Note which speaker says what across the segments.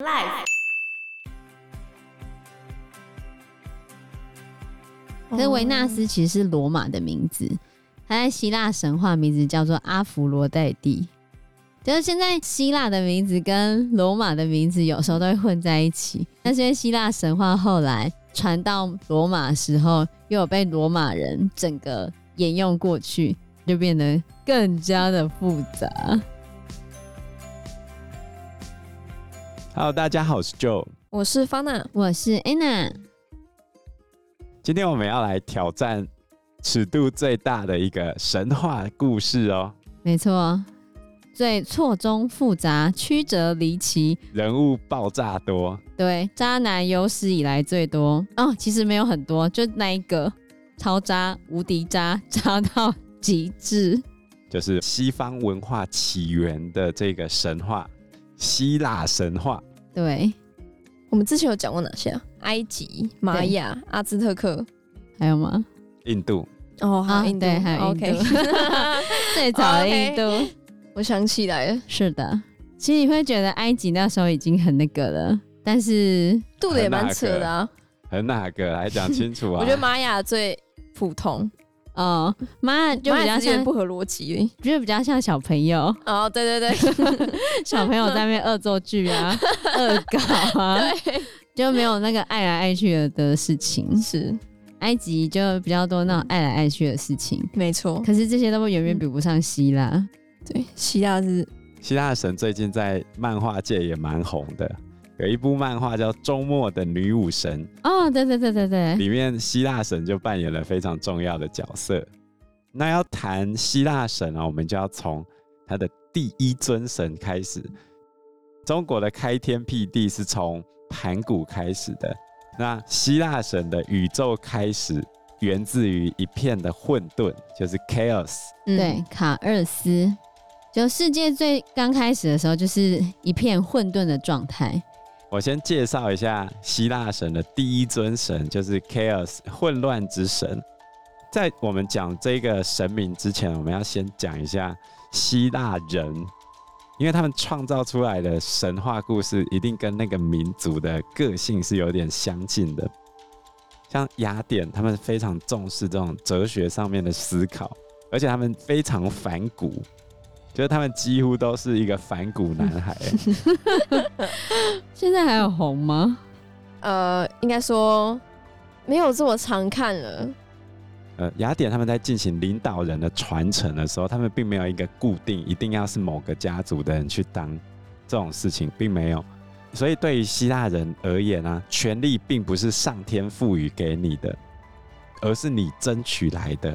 Speaker 1: Life。
Speaker 2: 可是维纳斯其实是罗马的名字，它在希腊神话名字叫做阿芙罗代蒂。就是现在希腊的名字跟罗马的名字有时候都会混在一起，但是因为希腊神话后来传到罗马的时候，又有被罗马人整个沿用过去，就变得更加的复杂。
Speaker 3: Hello，大家好，我是 Joe。
Speaker 1: 我是方娜，
Speaker 2: 我是 Anna，
Speaker 3: 今天我们要来挑战尺度最大的一个神话故事哦，
Speaker 2: 没错，最错综复杂、曲折离奇，
Speaker 3: 人物爆炸多，
Speaker 2: 对，渣男有史以来最多哦，其实没有很多，就那一个超渣、无敌渣，渣到 极致。
Speaker 3: 就是西方文化起源的这个神话，希腊神话。
Speaker 2: 对，
Speaker 1: 我们之前有讲过哪些啊？埃及、玛雅、阿兹特克，
Speaker 2: 还有吗？
Speaker 3: 印度，
Speaker 1: 哦，还有
Speaker 2: 啊
Speaker 1: 印度，哦
Speaker 2: 对还有印
Speaker 1: OK，
Speaker 2: 最早的印度、
Speaker 1: 我想起来了，
Speaker 2: 是的。其实你会觉得埃及那时候已经很那个了，但是
Speaker 1: 肚子也蛮扯的啊。
Speaker 3: 和哪个来讲清楚 啊？
Speaker 1: 我觉得玛雅最普通，
Speaker 2: 哦，妈就比
Speaker 1: 玛雅
Speaker 2: 较
Speaker 1: 之间
Speaker 2: 像，
Speaker 1: 不合逻辑。
Speaker 2: 就比较像小朋友，
Speaker 1: 哦，对对对，
Speaker 2: 小朋友在那边恶作剧啊、恶搞啊，就没有那个爱来爱去的事情。
Speaker 1: 是
Speaker 2: 埃及就比较多那种爱来爱去的事情，
Speaker 1: 没错。
Speaker 2: 可是这些都远远比不上希腊。
Speaker 1: 对，希腊是
Speaker 3: 希腊神最近在漫画界也蛮红的，有一部漫画叫《周末的女武神
Speaker 2: 哦，对对对对》，对，
Speaker 3: 里面希腊神就扮演了非常重要的角色。那要谈希腊神啊，我们就要从他的第一尊神开始。中国的开天辟地是从盘古开始的，那希腊神的宇宙开始源自于一片的混沌，就是 chaos。
Speaker 1: 嗯
Speaker 2: 对，卡尔斯，就世界最刚开始的时候，就是一片混沌的状态。
Speaker 3: 我先介绍一下希腊神的第一尊神，就是 Chaos 混乱之神。在我们讲这个神明之前，我们要先讲一下希腊人，因为他们创造出来的神话故事一定跟那个民族的个性是有点相近的。像雅典，他们非常重视这种哲学上面的思考，而且他们非常反骨，就是他们几乎都是一个反骨男孩。
Speaker 2: 现在还有红吗？
Speaker 1: 呃，应该说没有这么常看了。
Speaker 3: 呃，雅典他们在进行领导人的传承的时候，他们并没有一个固定一定要是某个家族的人去当这种事情，并没有。所以对于希腊人而言啊，权力并不是上天赋予给你的，而是你争取来的。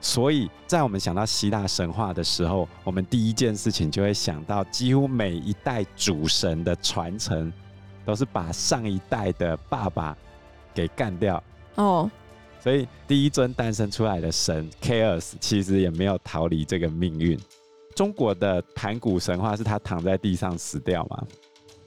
Speaker 3: 所以在我们想到希腊神话的时候，我们第一件事情就会想到，几乎每一代主神的传承都是把上一代的爸爸给干掉，
Speaker 1: 哦，
Speaker 3: 所以第一尊诞生出来的神 Chaos 其实也没有逃离这个命运。中国的盘古神话是他躺在地上死掉嘛，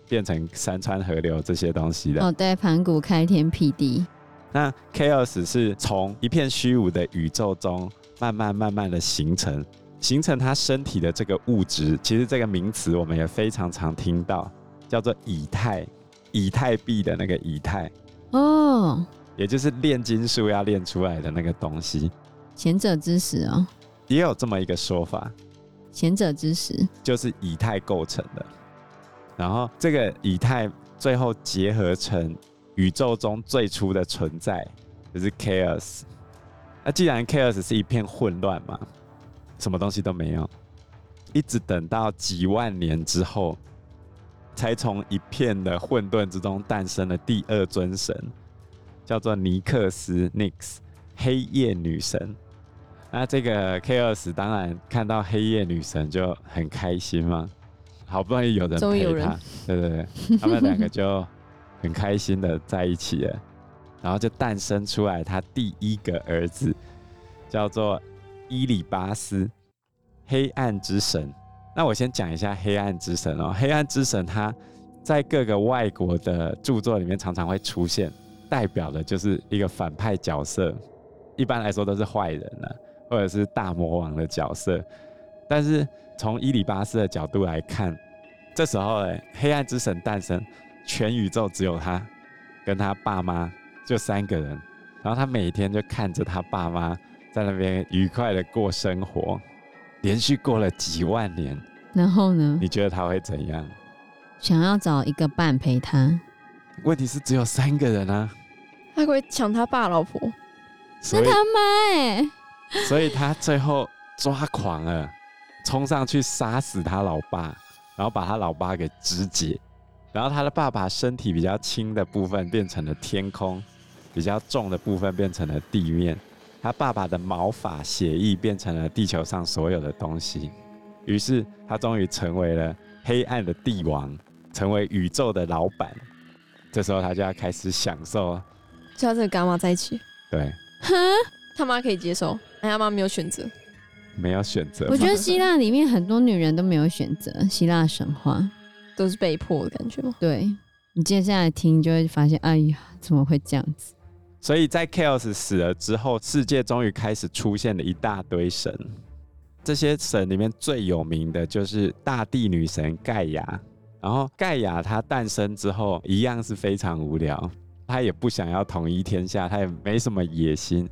Speaker 3: 变成山川河流这些东西的。
Speaker 2: 哦，对，盘古开天辟地。
Speaker 3: 那 Chaos 是从一片虚无的宇宙中慢慢慢慢的形成，形成他身体的这个物质。其实这个名词我们也非常常听到，叫做以太，以太币的那个以太，
Speaker 2: 哦，
Speaker 3: 也就是炼金术要炼出来的那个东西。
Speaker 2: 贤者之石哦，
Speaker 3: 也有这么一个说法，
Speaker 2: 贤者之石。
Speaker 3: 就是以太构成的。然后这个以太最后结合成宇宙中最初的存在，就是 chaos。那既然 chaos 是一片混乱嘛，什么东西都没有，一直等到几万年之后，才从一片的混沌之中诞生了第二尊神，叫做尼克斯 （Nix） 黑夜女神。那这个 K 二十当然看到黑夜女神就很开心嘛，好不容易有人
Speaker 1: 终于有
Speaker 3: 陪
Speaker 1: 人
Speaker 3: 她，对对 对，他们两个就很开心的在一起了，然后就诞生出来他第一个儿子，叫做伊里巴斯，黑暗之神。那我先讲一下黑暗之神哦，黑暗之神它在各个外国的著作里面常常会出现，代表的就是一个反派角色，一般来说都是坏人啊，或者是大魔王的角色。但是从伊里巴斯的角度来看，这时候嘞，黑暗之神诞生，全宇宙只有他跟他爸妈就三个人，然后他每天就看着他爸妈在那边愉快的过生活，连续过了几万年，
Speaker 2: 然后呢，
Speaker 3: 你觉得他会怎样？
Speaker 2: 想要找一个伴陪他，
Speaker 3: 问题是只有三个人啊，
Speaker 1: 他会抢他爸老婆，
Speaker 2: 是
Speaker 3: 所以
Speaker 2: 他妈哎、
Speaker 3: 所以他最后抓狂了，冲上去杀死他老爸，然后把他老爸给肢解，然后他的爸爸身体比较轻的部分变成了天空，比较重的部分变成了地面，他爸爸的毛发、血液变成了地球上所有的东西，于是他终于成为了黑暗的帝王，成为宇宙的老板。这时候他就要开始享受，
Speaker 1: 就他这个干妈在一起，
Speaker 3: 对，
Speaker 1: 他妈可以接受，哎，他妈没有选择，
Speaker 3: 没有选择嘛。
Speaker 2: 我觉得希腊里面很多女人都没有选择，希腊神话。
Speaker 1: 都是被迫的感觉吗？
Speaker 2: 对你接下来听，你就会发现，哎呀，怎么会这样子？
Speaker 3: 所以在 Chaos 死了之后，世界终于开始出现了一大堆神。这些神里面最有名的就是大地女神盖亚。然后盖亚她诞生之后，一样是非常无聊，她也不想要统一天下，她也没什么野心。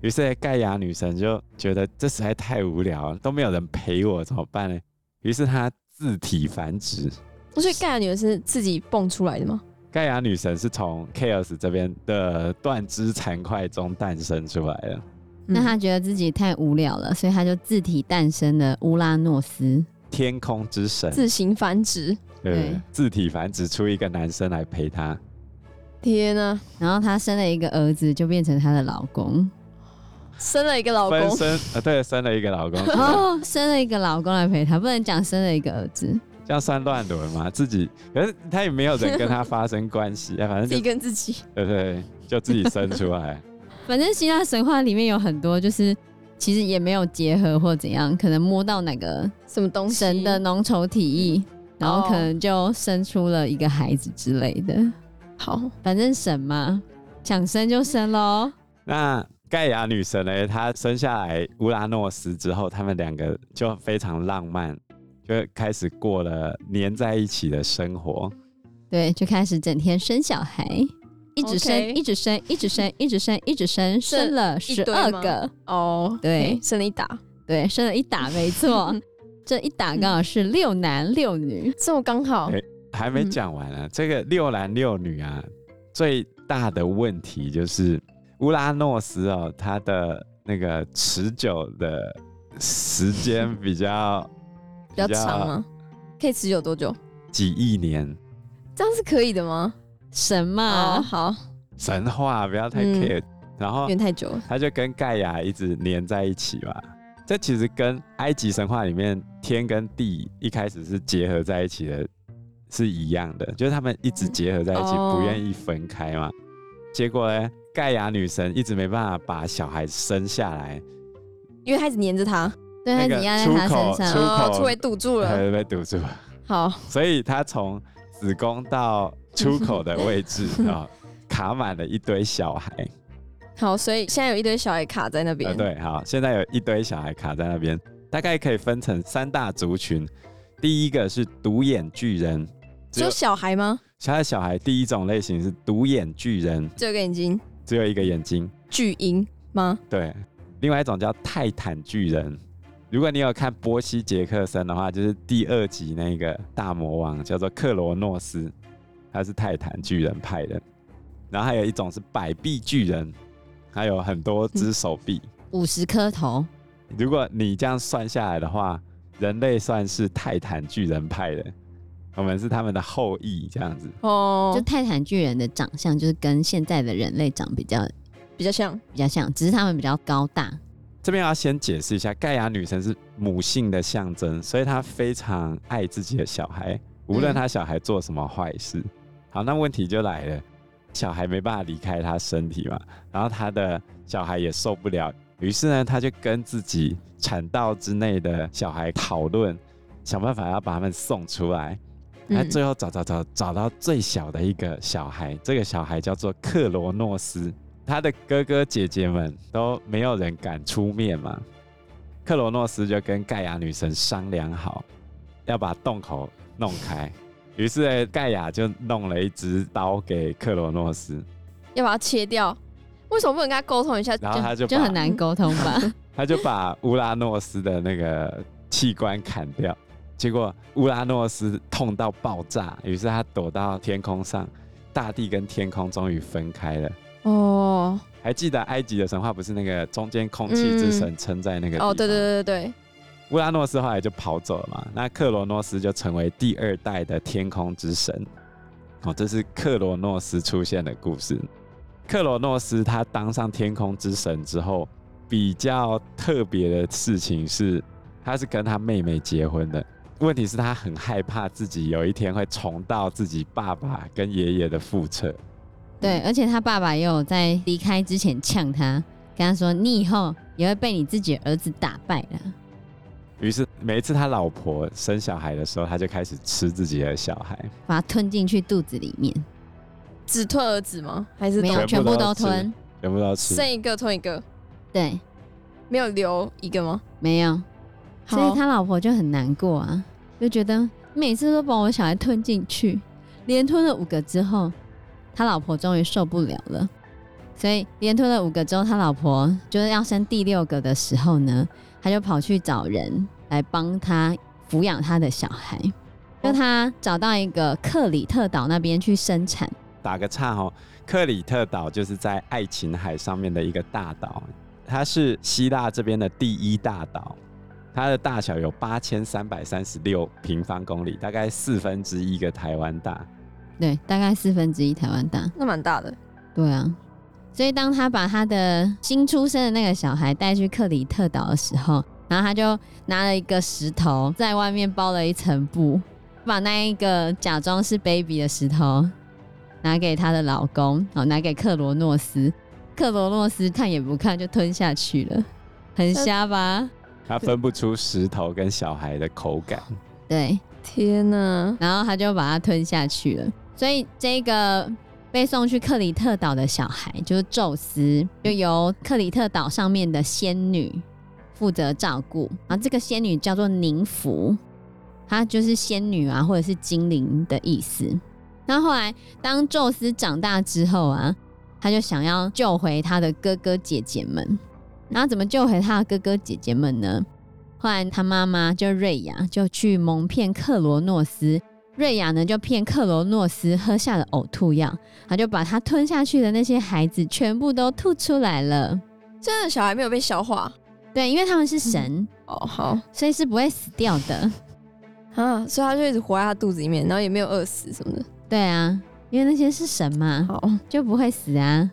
Speaker 3: 于是盖亚女神就觉得这实在太无聊了，都没有人陪我，怎么办呢？于是她自体繁殖。
Speaker 1: 所以盖亚女儿是自己蹦出来的吗？
Speaker 3: 盖亚女神是从 Chaos 这边的断肢残块中诞生出来的。
Speaker 1: 嗯
Speaker 2: 那她觉得自己太无聊了，所以她就自体诞生了乌拉诺斯。
Speaker 3: 天空之神，
Speaker 1: 自行繁殖，
Speaker 3: 对
Speaker 2: 对，
Speaker 3: 字体繁殖出一个男生来陪她。
Speaker 1: 天呐，
Speaker 2: 然后她生了一个儿子，就变成她的老公。
Speaker 1: 生了一个老
Speaker 3: 分
Speaker 1: 公，
Speaker 3: 生呃，对，生了一个老 公，
Speaker 2: 哦，生了一个老公来陪她，不能讲生了一个儿子。
Speaker 3: 这样算乱伦吗？自己可是他也没有人跟他发生关系，啊，反正
Speaker 1: 自
Speaker 3: 就
Speaker 1: 己跟自 己，
Speaker 3: 对对，就自己生出 来。
Speaker 2: 反正希腊神话里面有很多，就是其实也没有结合或怎样，可能摸到哪个
Speaker 1: 什么东西？
Speaker 2: 神的浓稠体液，然后
Speaker 1: 哦
Speaker 2: 可能就生出了一个孩子之类的。
Speaker 1: 好，
Speaker 2: 反正神嘛，想生就生喽。
Speaker 3: 那盖亚女神呢？她生下来乌拉诺斯之后，他们两个就非常浪漫，就开始过了黏在一起的生活。
Speaker 2: 对，就开始整天生小孩，一直生
Speaker 1: OK
Speaker 2: 一直生，一直生，一直生，一直生，生了十
Speaker 1: 一堆
Speaker 2: 二
Speaker 1: 吗
Speaker 2: 个，
Speaker 1: 哦，
Speaker 2: 对
Speaker 1: OK，生了一打，
Speaker 2: 对，生了一打，没错，这一打刚好是六男六女，
Speaker 1: 这么刚好
Speaker 3: 哎，还没
Speaker 1: 嗯
Speaker 3: 讲完啊，这个六男六女啊，最大的问题就是乌拉诺斯哦，他的那个持久的时间比较
Speaker 1: 比较长啊吗？可以持久多久？
Speaker 3: 几亿年，
Speaker 1: 这样是可以的吗？
Speaker 2: 神
Speaker 1: 哦，
Speaker 2: 嘛，
Speaker 1: 好，
Speaker 3: 神话不要太
Speaker 1: 嗯
Speaker 3: care，、然后
Speaker 1: 有点太久了。
Speaker 3: 他就跟盖亚一直黏在一起嘛。这其实跟埃及神话里面天跟地一开始是结合在一起的，是一样的，就是他们一直结合在一起，
Speaker 1: 哦
Speaker 3: 不愿意分开嘛。结果呢，盖亚女神一直没办法把小孩生下来，
Speaker 1: 因为他一直黏着他，
Speaker 2: 对，他
Speaker 3: 那个
Speaker 2: 只压在
Speaker 3: 出
Speaker 2: 他
Speaker 3: 口
Speaker 2: 身上
Speaker 3: 出，口
Speaker 1: 哦，出围堵住了。
Speaker 3: 还被堵住，
Speaker 1: 好，
Speaker 3: 所以她从子宫到出口的位置啊、卡满了一堆小孩。
Speaker 1: 好，所以现在有一堆小孩卡在那边。
Speaker 3: 呃，对，好，现在有一堆小孩卡在那边，大概可以分成三大族群。第一个是独眼巨人，只
Speaker 1: 只
Speaker 3: 有
Speaker 1: 有小孩吗？
Speaker 3: 现在小孩第一种类型是独眼巨人，
Speaker 1: 只有一个眼睛，
Speaker 3: 只有一个眼睛。
Speaker 1: 巨婴吗？
Speaker 3: 对，另外一种叫泰坦巨人。如果你有看波西·杰克森的话，就是第二集那个大魔王叫做克罗诺斯，他是泰坦巨人派的。然后还有一种是百臂巨人，还有很多只手臂。
Speaker 2: 五十颗头，
Speaker 3: 如果你这样算下来的话，人类算是泰坦巨人派的，我们是他们的后裔，这样子。
Speaker 1: 哦
Speaker 2: 就，泰坦巨人的长相就是跟现在的人类长比较
Speaker 1: 比较像
Speaker 2: 比较像，只是他们比较高大。
Speaker 3: 这边要先解释一下，盖亚女神是母性的象征，所以她非常爱自己的小孩，无论
Speaker 1: 嗯
Speaker 3: 她小孩做什么坏事。好，那问题就来了，小孩没办法离开她身体嘛，然后她的小孩也受不了，于是呢，她就跟自己产道之内的小孩讨论，想办法要把他们送出来。
Speaker 1: 嗯
Speaker 3: 哎，最后找找找找到最小的一个小孩，这个小孩叫做克罗诺斯，他的哥哥姐姐们都没有人敢出面嘛。克罗诺斯就跟盖亚女神商量好，要把洞口弄开。于是呢盖亚就弄了一只刀给克罗诺斯，
Speaker 1: 要把它切掉。为什么不能跟他沟通一下？
Speaker 3: 然后他就
Speaker 2: 就
Speaker 3: 把
Speaker 2: 很难沟通 吧？
Speaker 3: 他就把乌拉诺斯的那个器官砍掉， 结果乌拉诺斯痛到爆炸，于是他躲到天空上，大地跟天空终于分开了。
Speaker 1: 哦
Speaker 3: 还记得埃及的神话不是那个中间空气之神撑在那个地方
Speaker 1: 嗯哦，对对对对
Speaker 3: 乌拉诺斯后来就跑走了嘛，那克罗诺斯就成为第二代的天空之神。哦，这是克罗诺斯出现的故事。克罗诺斯他当上天空之神之后，比较特别的事情是，他是跟他妹妹结婚的。问题是，他很害怕自己有一天会重蹈自己爸爸跟爷爷的覆辙。
Speaker 2: 对，而且他爸爸也有在离开之前呛他，跟他说：“你以后也会被你自己儿子打败的。
Speaker 3: 于是，每一次他老婆生小孩的时候，他就开始吃自己的小孩。”
Speaker 2: 把它吞进去肚子里面，
Speaker 1: 只吞儿子吗？还是
Speaker 2: 没有，
Speaker 3: 全
Speaker 2: 全
Speaker 3: 部
Speaker 2: 部
Speaker 3: 都
Speaker 2: 都
Speaker 3: 吃
Speaker 2: 吞。
Speaker 3: 全部都要吃
Speaker 1: 剩一个吞一个，
Speaker 2: 对，
Speaker 1: 没有留一个吗？
Speaker 2: 没有，所以他老婆就很难过啊，就觉得每次都把我小孩吞进去，连吞了五个之后，他老婆终于受不了了，所以连吞了五个之后，他老婆就是要生第六个的时候呢，他就跑去找人来帮他抚养他的小孩，就他找到一个克里特岛那边去生产，
Speaker 3: 打个岔哦，克里特岛就是在爱琴海上面的一个大岛，它是希腊这边的第一大岛，它的大小有八千三百三十六平方公里，大概四分之一个台湾大。
Speaker 2: 对，大概四分之一台湾大，
Speaker 1: 那蛮大的，
Speaker 2: 对啊，所以当他把他的新出生的那个小孩带去克里特岛的时候，然后他就拿了一个石头，在外面包了一层布，把那一个假装是 baby 的石头拿给她的老公，哦，拿给克罗诺斯。克罗诺斯看也不看就吞下去了，很瞎吧？
Speaker 3: 它分不出石头跟小孩的口感，
Speaker 2: 对，
Speaker 1: 天哪！
Speaker 2: 然后他就把它吞下去了。所以这个被送去克里特岛的小孩就是宙斯，就由克里特岛上面的仙女负责照顾。然后这个仙女叫做宁芙，她就是仙女啊，或者是精灵的意思。然后后来当宙斯长大之后啊，他就想要救回他的哥哥姐姐们。然后怎么救回他的哥哥姐姐们呢？后来他妈妈就瑞亚就去蒙骗克罗诺斯，瑞亚呢就骗克罗诺斯喝下了呕吐药，他就把他吞下去的那些孩子全部都吐出来了。
Speaker 1: 真的小孩没有被消化
Speaker 2: 对，因为他们是神，
Speaker 1: 哦，好
Speaker 2: 所以是不会死掉的。
Speaker 1: 啊，所以他就一直活在他肚子里面，然后也没有饿死什么的。
Speaker 2: 对啊，因为那些是神嘛，
Speaker 1: 好，
Speaker 2: 就不会死啊，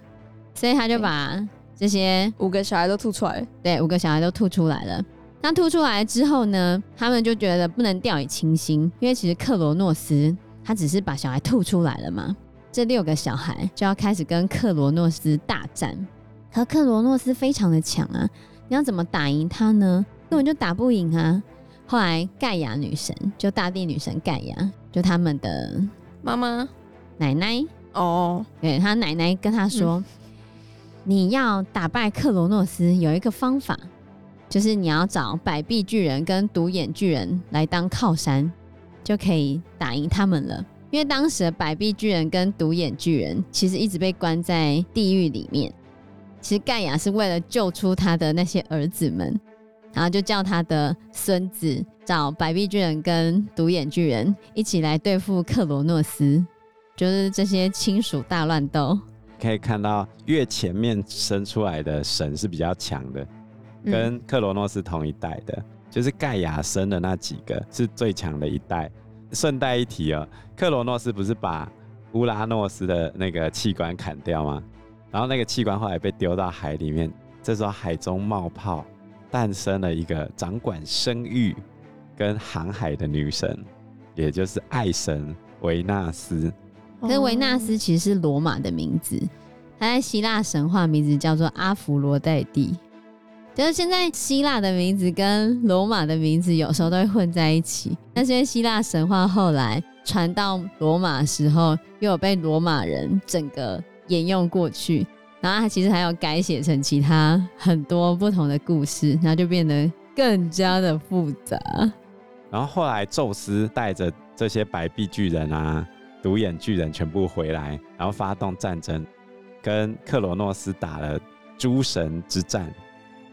Speaker 2: 所以他就
Speaker 1: 对
Speaker 2: 把这些
Speaker 1: 五个小孩都吐出来了，
Speaker 2: 对，五个小孩都吐出来了。那吐出来之后呢，他们就觉得不能掉以轻心，因为其实克罗诺斯他只是把小孩吐出来了嘛，这六个小孩就要开始跟克罗诺斯大战。可克罗诺斯非常的强啊，你要怎么打赢他呢？根本就打不赢啊！后来盖亚女神，就大地女神盖亚，就他们的
Speaker 1: 妈妈
Speaker 2: 奶奶，
Speaker 1: 哦，
Speaker 2: 对他奶奶跟他说：“你要打败克罗诺斯有一个方法，就是你要找百臂巨人跟独眼巨人来当靠山，就可以打赢他们了。”因为当时的百臂巨人跟独眼巨人其实一直被关在地狱里面。其实盖亚是为了救出他的那些儿子们，然后就叫他的孙子找百臂巨人跟独眼巨人一起来对付克罗诺斯。就是这些亲属大乱斗。
Speaker 3: 可以看到越前面生出来的神是比较强的，
Speaker 1: 嗯
Speaker 3: 跟克罗诺斯同一代的，就是盖亚生的那几个是最强的一代。顺带一提哦，克罗诺斯不是把乌拉诺斯的那个器官砍掉吗？然后那个器官后来被丢到海里面，这时候海中冒泡，诞生了一个掌管生育跟航海的女神，也就是爱神维纳斯。
Speaker 2: 可是维纳斯其实是罗马的名字，它在希腊神话名字叫做阿芙罗代蒂。就是现在希腊的名字跟罗马的名字有时候都会混在一起，但是因为希腊神话后来传到罗马的时候，又有被罗马人整个沿用过去，然后它其实还有改写成其他很多不同的故事，然后就变得更加的复杂。
Speaker 3: 然后后来宙斯带着这些白臂巨人啊、独眼巨人全部回来，然后发动战争，跟克罗诺斯打了诸神之战，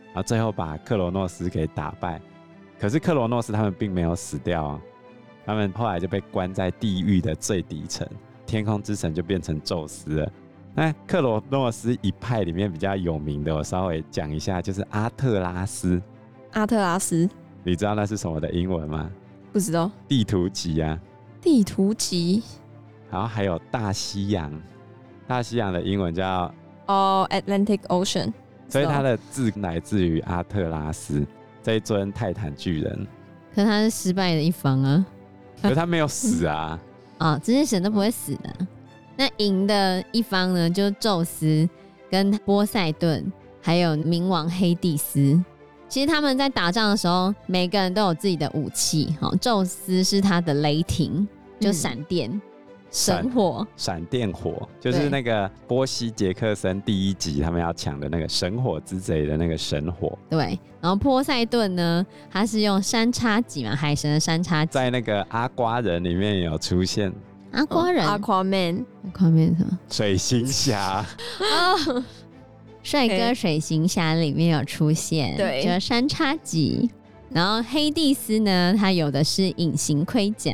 Speaker 3: 然后最后把克罗诺斯给打败。可是克罗诺斯他们并没有死掉、啊，他们后来就被关在地狱的最底层，天空之神就变成宙斯了。那克罗诺斯一派里面比较有名的，我稍微讲一下，就是阿特拉斯。
Speaker 1: 阿特拉斯
Speaker 3: 你知道那是什么的英文吗？
Speaker 1: 不知道
Speaker 3: 地图集啊，
Speaker 1: 地图集
Speaker 3: 然后还有大西洋，大西洋的英文叫，
Speaker 1: 哦、a t l a n t i c Ocean，
Speaker 3: 所以它的字来自于阿特拉斯这一尊泰坦巨人，
Speaker 2: 可他是失败的一方啊，
Speaker 3: 可是他没有死啊，
Speaker 2: 啊、这些神都不会死的。那赢的一方呢，就是宙斯跟波塞顿，还有冥王黑帝斯。其实他们在打仗的时候，每个人都有自己的武器。哦，宙斯是他的雷霆，就
Speaker 1: 嗯
Speaker 2: 闪电、
Speaker 3: 闪
Speaker 2: 神火，
Speaker 3: 闪电火就是
Speaker 2: 对
Speaker 3: 那个波西·杰克森第一集他们要抢的那个神火之贼的那个神火，
Speaker 2: 对。然后波塞顿呢，他是用三叉戟嘛，海神的三叉戟。
Speaker 3: 在那个阿瓜人里面有出现
Speaker 2: 阿瓜人，
Speaker 1: a q u a m a n
Speaker 2: 画面什么？
Speaker 3: 水行侠，
Speaker 2: 哦，帅哥
Speaker 1: OK
Speaker 2: 水行侠里面有出现，
Speaker 1: 对
Speaker 2: 就是三叉戟。然后黑帝斯呢，他有的是隐形盔甲。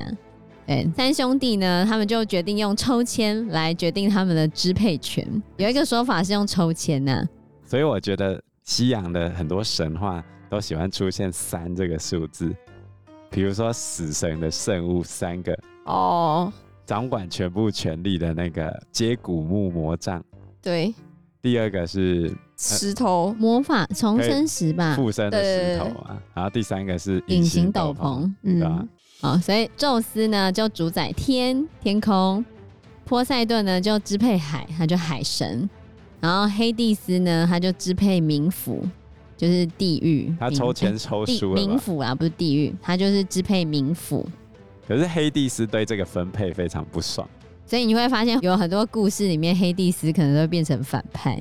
Speaker 2: 对，三兄弟呢，他们就决定用抽签来决定他们的支配权。有一个说法是用抽签啊呐、
Speaker 3: 所以我觉得西洋的很多神话都喜欢出现三这个数字，比如说死神的圣物三个，
Speaker 1: 哦、
Speaker 3: 掌管全部权力的那个接骨木魔杖，
Speaker 1: 对，
Speaker 3: 第二个是
Speaker 1: 石头，
Speaker 2: 魔法重生石吧，
Speaker 3: 附身的石头
Speaker 1: 对
Speaker 3: 啊，然后第三个是
Speaker 2: 隐形斗
Speaker 3: 斗篷，
Speaker 2: 篷。
Speaker 3: 对啊吧
Speaker 1: 嗯，？
Speaker 2: 哦，所以宙斯呢就主宰天天空，波塞顿呢就支配海，他就海神，然后黑帝斯呢他就支配冥府，就是地狱。
Speaker 3: 他
Speaker 2: 冥
Speaker 3: 抽签
Speaker 2: 哎
Speaker 3: 抽
Speaker 2: 地
Speaker 3: 输了
Speaker 2: 冥
Speaker 3: 吧？
Speaker 2: 府啊，不是地狱，他就是支配冥府。
Speaker 3: 可是黑帝斯对这个分配非常不爽，
Speaker 2: 所以你会发现有很多故事里面，黑帝斯可能会变成反派，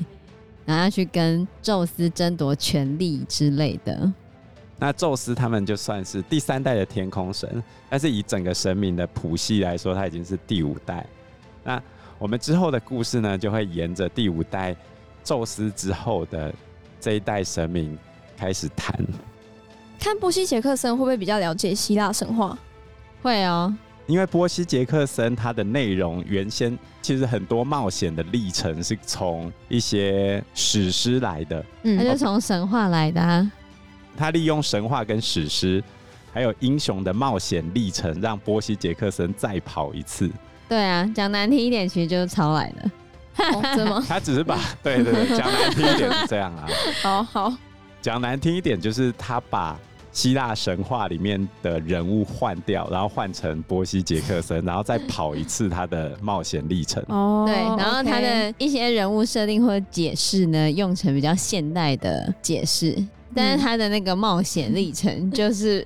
Speaker 2: 然后要去跟宙斯争夺权力之类的。
Speaker 3: 那宙斯他们就算是第三代的天空神，但是以整个神明的谱系来说，他已经是第五代。那我们之后的故事呢，就会沿着第五代宙斯之后的这一代神明开始谈。
Speaker 1: 看波西·杰克森会不会比较了解希腊神话？
Speaker 2: 会哦，
Speaker 3: 因为波西·杰克森他的内容原先其实很多冒险的历程是从一些史诗来的，
Speaker 2: 他就
Speaker 1: 嗯，
Speaker 2: 从神话来的、啊。
Speaker 3: 他利用神话跟史诗，还有英雄的冒险历程，让波西·杰克森再跑一次。
Speaker 2: 对啊，讲难听一点，其实就是抄来的。
Speaker 1: 哦真的吗？
Speaker 3: 他只是把对对对讲难听一点是这样啊，
Speaker 1: 好好，
Speaker 3: 讲难听一点就是他把。希腊神话里面的人物换掉，然后换成波西·杰克森，然后再跑一次他的冒险历程。
Speaker 1: 哦
Speaker 2: 对，然后他的一些人物设定或者解释呢，用成比较现代的解释，但是他的那个冒险历
Speaker 1: 嗯
Speaker 2: 程就是，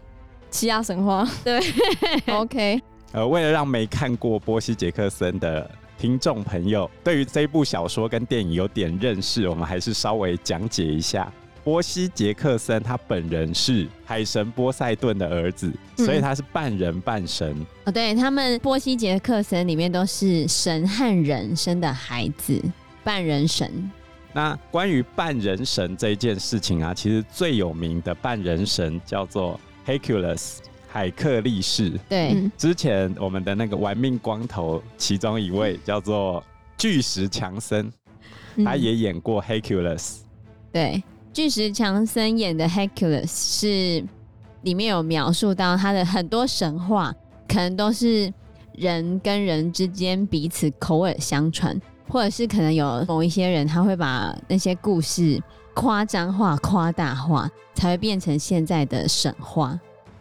Speaker 1: 希腊神话，
Speaker 2: 对
Speaker 1: ，OK，
Speaker 3: 呃，为了让没看过波西·杰克森的听众朋友对于这部小说跟电影有点认识，我们还是稍微讲解一下。波西·杰克森他本人是海神波塞顿的儿子，
Speaker 1: 嗯
Speaker 3: 所以他是半人半神。
Speaker 2: 哦，对他们波西杰克森里面都是神和人生的孩子，半人神。
Speaker 3: 那关于半人神这件事情啊，其实最有名的半人神叫做 Hercules 海克力士。
Speaker 2: 对，
Speaker 1: 嗯
Speaker 3: 之前我们的那个玩命光头，其中一位叫做巨石强森，
Speaker 1: 嗯
Speaker 3: 他也演过 Hercules。
Speaker 2: 对，巨石强森演的 Hercules 是里面有描述到他的很多神话，可能都是人跟人之间彼此口耳相传，或者是可能有某一些人他会把那些故事夸张化、夸大化，才会变成现在的神话。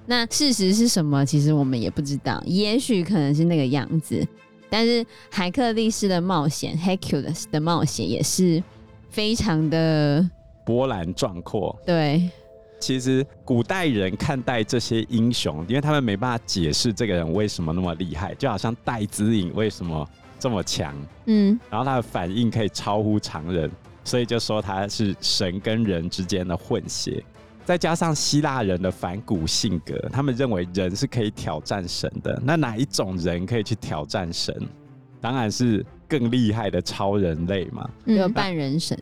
Speaker 2: 那事实是什么？其实我们也不知道，也许可能是那个样子。但是海克力士的冒险，Hercules 的冒险也是非常的
Speaker 3: 波澜壮阔。
Speaker 2: 对，
Speaker 3: 其实古代人看待这些英雄，因为他们没办法解释这个人为什么那么厉害，就好像戴资颖为什么这么强，
Speaker 1: 嗯，
Speaker 3: 然后他的反应可以超乎常人，所以就说他是神跟人之间的混血。再加上希腊人的反骨性格，他们认为人是可以挑战神的。那哪一种人可以去挑战神？当然是更厉害的超人类嘛。
Speaker 2: 有
Speaker 1: 嗯，
Speaker 2: 半人神，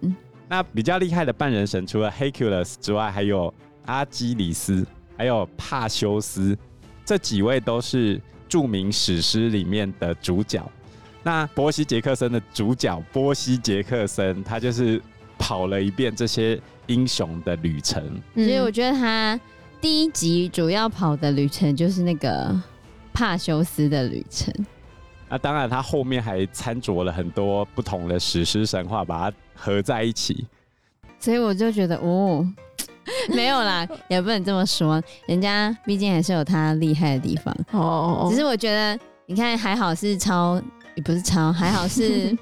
Speaker 3: 那比较厉害的半人神，除了 Hercules 之外，还有阿基里斯，还有帕修斯，这几位都是著名史诗里面的主角。那波西·杰克森的主角波西·杰克森，他就是跑了一遍这些英雄的旅程。
Speaker 2: 所以
Speaker 1: 嗯
Speaker 2: 我觉得他第一集主要跑的旅程就是那个帕修斯的旅程。
Speaker 3: 那当然，他后面还参酌了很多不同的史诗神话，把它合在一起。
Speaker 2: 所以我就觉得，哦， 没有啦，也不能这么说，人家毕竟还是有他厉害的地方。
Speaker 1: 哦哦，
Speaker 2: 只
Speaker 1: 哦
Speaker 2: 是我觉得，你看，还好是抄，也不是 抄，还好是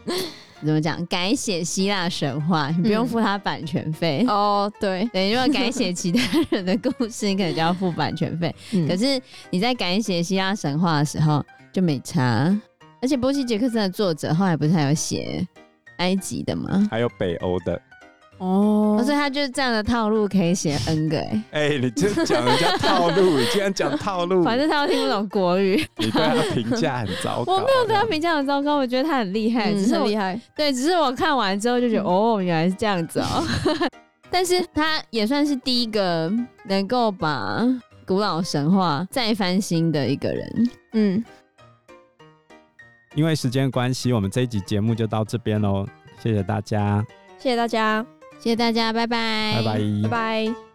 Speaker 2: 怎么讲，改写希腊神话，你不
Speaker 1: 嗯
Speaker 2: 用付他版权费。
Speaker 1: 哦，对，
Speaker 2: 对，如果改写其他人的故事，你可能就要付版权费。可
Speaker 1: 可
Speaker 2: 是你在改写希腊神话的时候就没差，而且波西·杰克森的作者后来不是还有写埃及的吗？
Speaker 3: 还有北欧的，
Speaker 1: 哦
Speaker 2: 哦，所以他就是这样的套路可以写 N 个哎、
Speaker 3: 哎、你就讲人家套路，你竟然讲套
Speaker 1: 嗯
Speaker 3: 路，
Speaker 2: 反正他都听不懂国语，
Speaker 3: 你对他评价很糟糕。
Speaker 2: 我没有对他评价很糟糕，我觉得他很厉害，只是
Speaker 1: 很
Speaker 2: 我
Speaker 1: 厉害，
Speaker 2: 对，只是我看完之后就觉得、
Speaker 1: 嗯
Speaker 2: 哦，原来是这样子哦。 但是他也算是第一个能够把古老神话再翻新的一个人。
Speaker 1: 嗯，
Speaker 3: 因为时间关系，我们这一集节目就到这边喽，谢谢大家，
Speaker 1: 谢谢大家，
Speaker 2: 谢谢大家，拜拜，
Speaker 3: 拜拜
Speaker 1: 拜拜。